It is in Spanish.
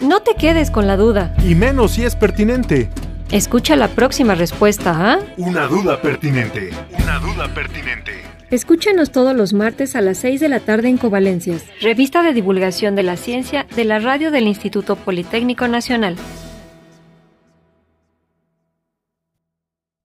No te quedes con la duda. Y menos si es pertinente. Escucha la próxima respuesta, ¿ah? Una duda pertinente. Una duda pertinente. Escúchanos todos los martes a las 6 de la tarde en Covalencias, revista de divulgación de la ciencia de la radio del Instituto Politécnico Nacional.